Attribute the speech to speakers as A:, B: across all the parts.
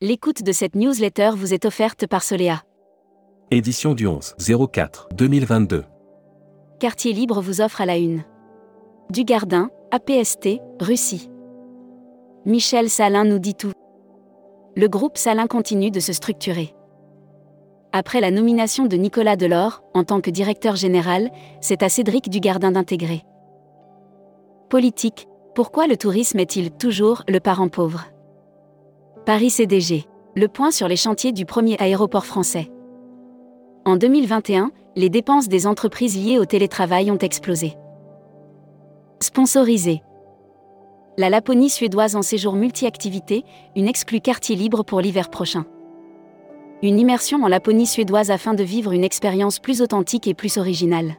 A: L'écoute de cette newsletter vous est offerte par Solea.
B: Édition du 11-04-2022.
A: Quartier Libre vous offre à la une. Dugardin, APST, Russie. Michel Salin nous dit tout. Le groupe Salin continue de se structurer. Après la nomination de Nicolas Delors, en tant que directeur général, c'est à Cédric Dugardin d'intégrer. Politique, pourquoi le tourisme est-il toujours le parent pauvre Paris CDG. Le point sur les chantiers du premier aéroport français. En 2021, les dépenses des entreprises liées au télétravail ont explosé. Sponsorisé. La Laponie suédoise en séjour multi-activité, une exclue quartier libre pour l'hiver prochain. Une immersion en Laponie suédoise afin de vivre une expérience plus authentique et plus originale.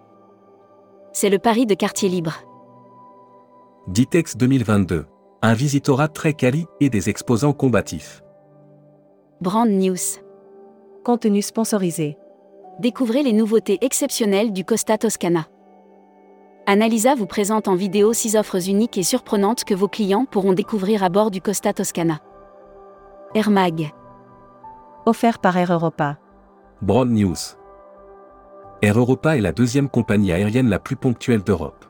A: C'est le pari de quartier libre.
B: Ditex 2022. Un visitorat très quali et des exposants combatifs.
A: Brand News.
C: Contenu sponsorisé.
A: Découvrez les nouveautés exceptionnelles du Costa Toscana. Analisa vous présente en vidéo 6 offres uniques et surprenantes que vos clients pourront découvrir à bord du Costa Toscana. Air Mag.
C: Offert par Air Europa.
B: Broad News. Air Europa est la deuxième compagnie aérienne la plus ponctuelle d'Europe.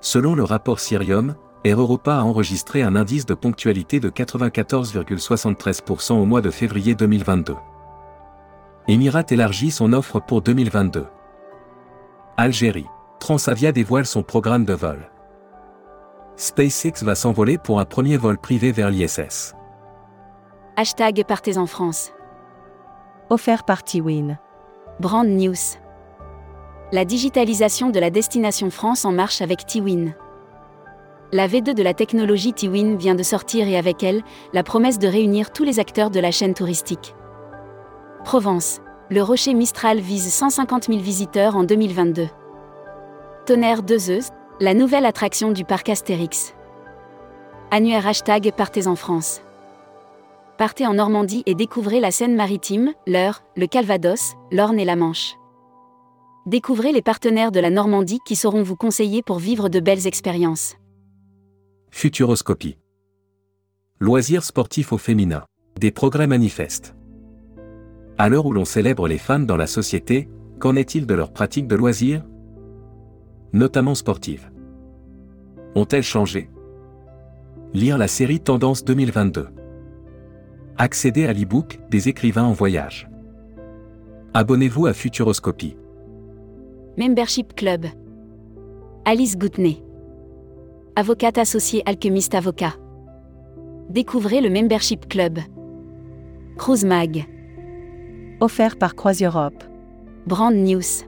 B: Selon le rapport Cirium, Air Europa a enregistré un indice de ponctualité de 94,73% au mois de février 2022. Émirats élargit son offre pour 2022. Algérie. Transavia dévoile son programme de vol. SpaceX va s'envoler pour un premier vol privé vers l'ISS.
A: Hashtag Partez en France.
C: Offert par T-Win.
A: Brand News. La digitalisation de la destination France en marche avec T-Win. La V2 de la technologie T-Win vient de sortir et avec elle, la promesse de réunir tous les acteurs de la chaîne touristique. Provence. Le rocher Mistral vise 150 000 visiteurs en 2022. Tonnerre de Zeus, la nouvelle attraction du parc Astérix. Annuaire hashtag Partez en France. Partez en Normandie et découvrez la Seine-Maritime, l'Eure, le Calvados, l'Orne et la Manche. Découvrez les partenaires de la Normandie qui sauront vous conseiller pour vivre de belles expériences.
B: Futuroscopie. Loisirs sportifs au féminin. Des progrès manifestes. À l'heure où l'on célèbre les femmes dans la société, qu'en est-il de leurs pratiques de loisirs Notamment sportives. Ont-elles changé Lire la série Tendance 2022. Accéder à l'e-book des écrivains en voyage. Abonnez-vous à Futuroscopie.
A: Membership Club. Alice Goutney. Avocate associée alchimiste avocat. Découvrez le Membership Club. Cruise Mag.
C: Offert par Croise Europe.
A: Brand News.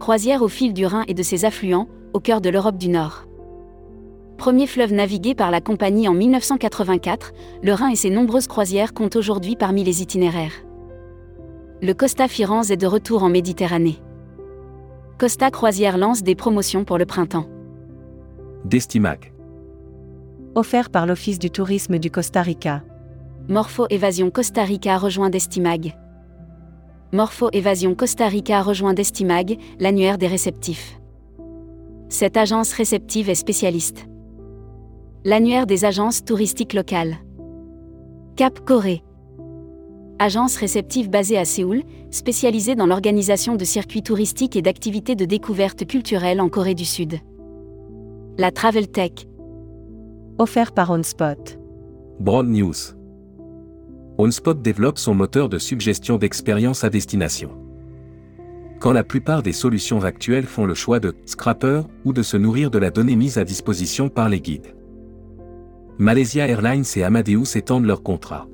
A: Croisière au fil du Rhin et de ses affluents, au cœur de l'Europe du Nord. Premier fleuve navigué par la compagnie en 1984, le Rhin et ses nombreuses croisières comptent aujourd'hui parmi les itinéraires. Le Costa Firenze est de retour en Méditerranée. Costa Croisière lance des promotions pour le printemps.
B: Destimac.
C: Offert par l'Office du tourisme du Costa Rica.
A: Morpho Évasion Costa Rica rejoint Destimag. Morpho Évasion Costa Rica rejoint Destimag, l'annuaire des réceptifs. Cette agence réceptive est spécialiste. L'annuaire des agences touristiques locales. Cap Corée. Agence réceptive basée à Séoul, spécialisée dans l'organisation de circuits touristiques et d'activités de découverte culturelle en Corée du Sud. La Travel Tech.
C: Offert par OnSpot.
B: Broad News. OnSpot développe son moteur de suggestion d'expérience à destination. Quand la plupart des solutions actuelles font le choix de Scrapper ou de se nourrir de la donnée mise à disposition par les guides. Malaysia Airlines et Amadeus étendent leurs contrats.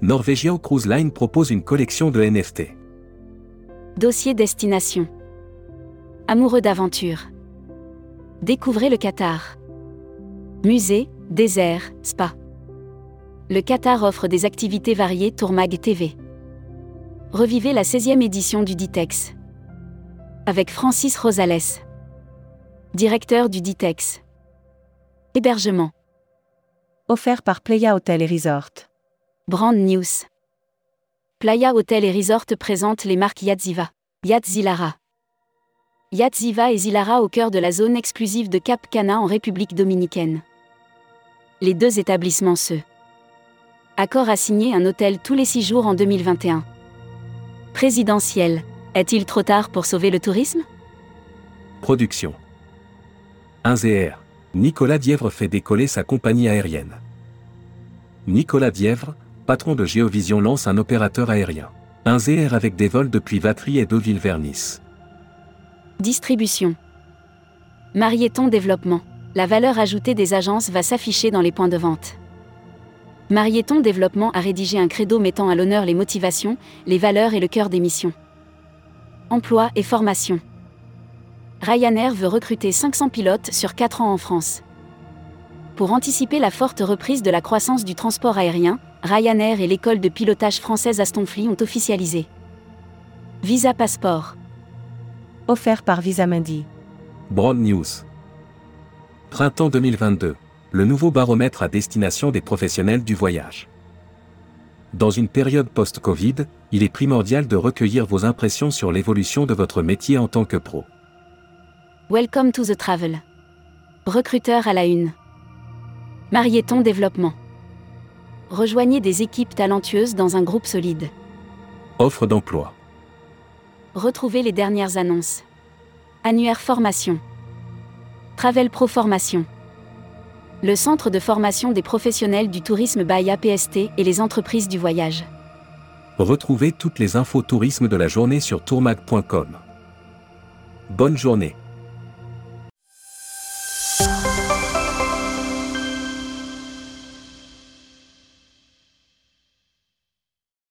B: Norwegian Cruise Line propose une collection de NFT.
A: Dossier destination. Amoureux d'aventure. Découvrez le Qatar. Musée, désert, spa. Le Qatar offre des activités variées Tourmag TV. Revivez la 16e édition du Ditex. Avec Francis Rosales. Directeur du Ditex. Hébergement.
C: Offert par Playa Hotel et Resort.
A: Brand News. Playa Hotel et Resort présente les marques Yadziva. Yadzilara. Yadziva et Zilara au cœur de la zone exclusive de Cap Cana en République dominicaine. Les deux établissements se Accord à signer un hôtel tous les 6 jours en 2021. Présidentiel. Est-il trop tard pour sauver le tourisme
B: Production. 1ZR. Nicolas Dièvre fait décoller sa compagnie aérienne. Nicolas Dièvre, patron de Géovision, lance un opérateur aérien. 1ZR avec des vols depuis Vatry et Deauville-Vernis.
A: Distribution. Marieton Développement. La valeur ajoutée des agences va s'afficher dans les points de vente. Marieton Développement a rédigé un credo mettant à l'honneur les motivations, les valeurs et le cœur des missions. Emploi et formation. Ryanair veut recruter 500 pilotes sur 4 ans en France. Pour anticiper la forte reprise de la croissance du transport aérien, Ryanair et l'école de pilotage française Astonfly ont officialisé. Visa Passeport.
C: Offert par Visa Mundi.
B: Broad News. Printemps 2022. Le nouveau baromètre à destination des professionnels du voyage. Dans une période post-Covid, il est primordial de recueillir vos impressions sur l'évolution de votre métier en tant que pro.
A: Welcome to the Travel. Recruteur à la une. Marieton Développement. Rejoignez des équipes talentueuses dans un groupe solide.
B: Offre d'emploi.
A: Retrouvez les dernières annonces. Annuaire formation. Travel Pro Formation. Le centre de formation des professionnels du tourisme Bahia PST et les entreprises du voyage.
B: Retrouvez toutes les infos tourisme de la journée sur tourmag.com. Bonne journée.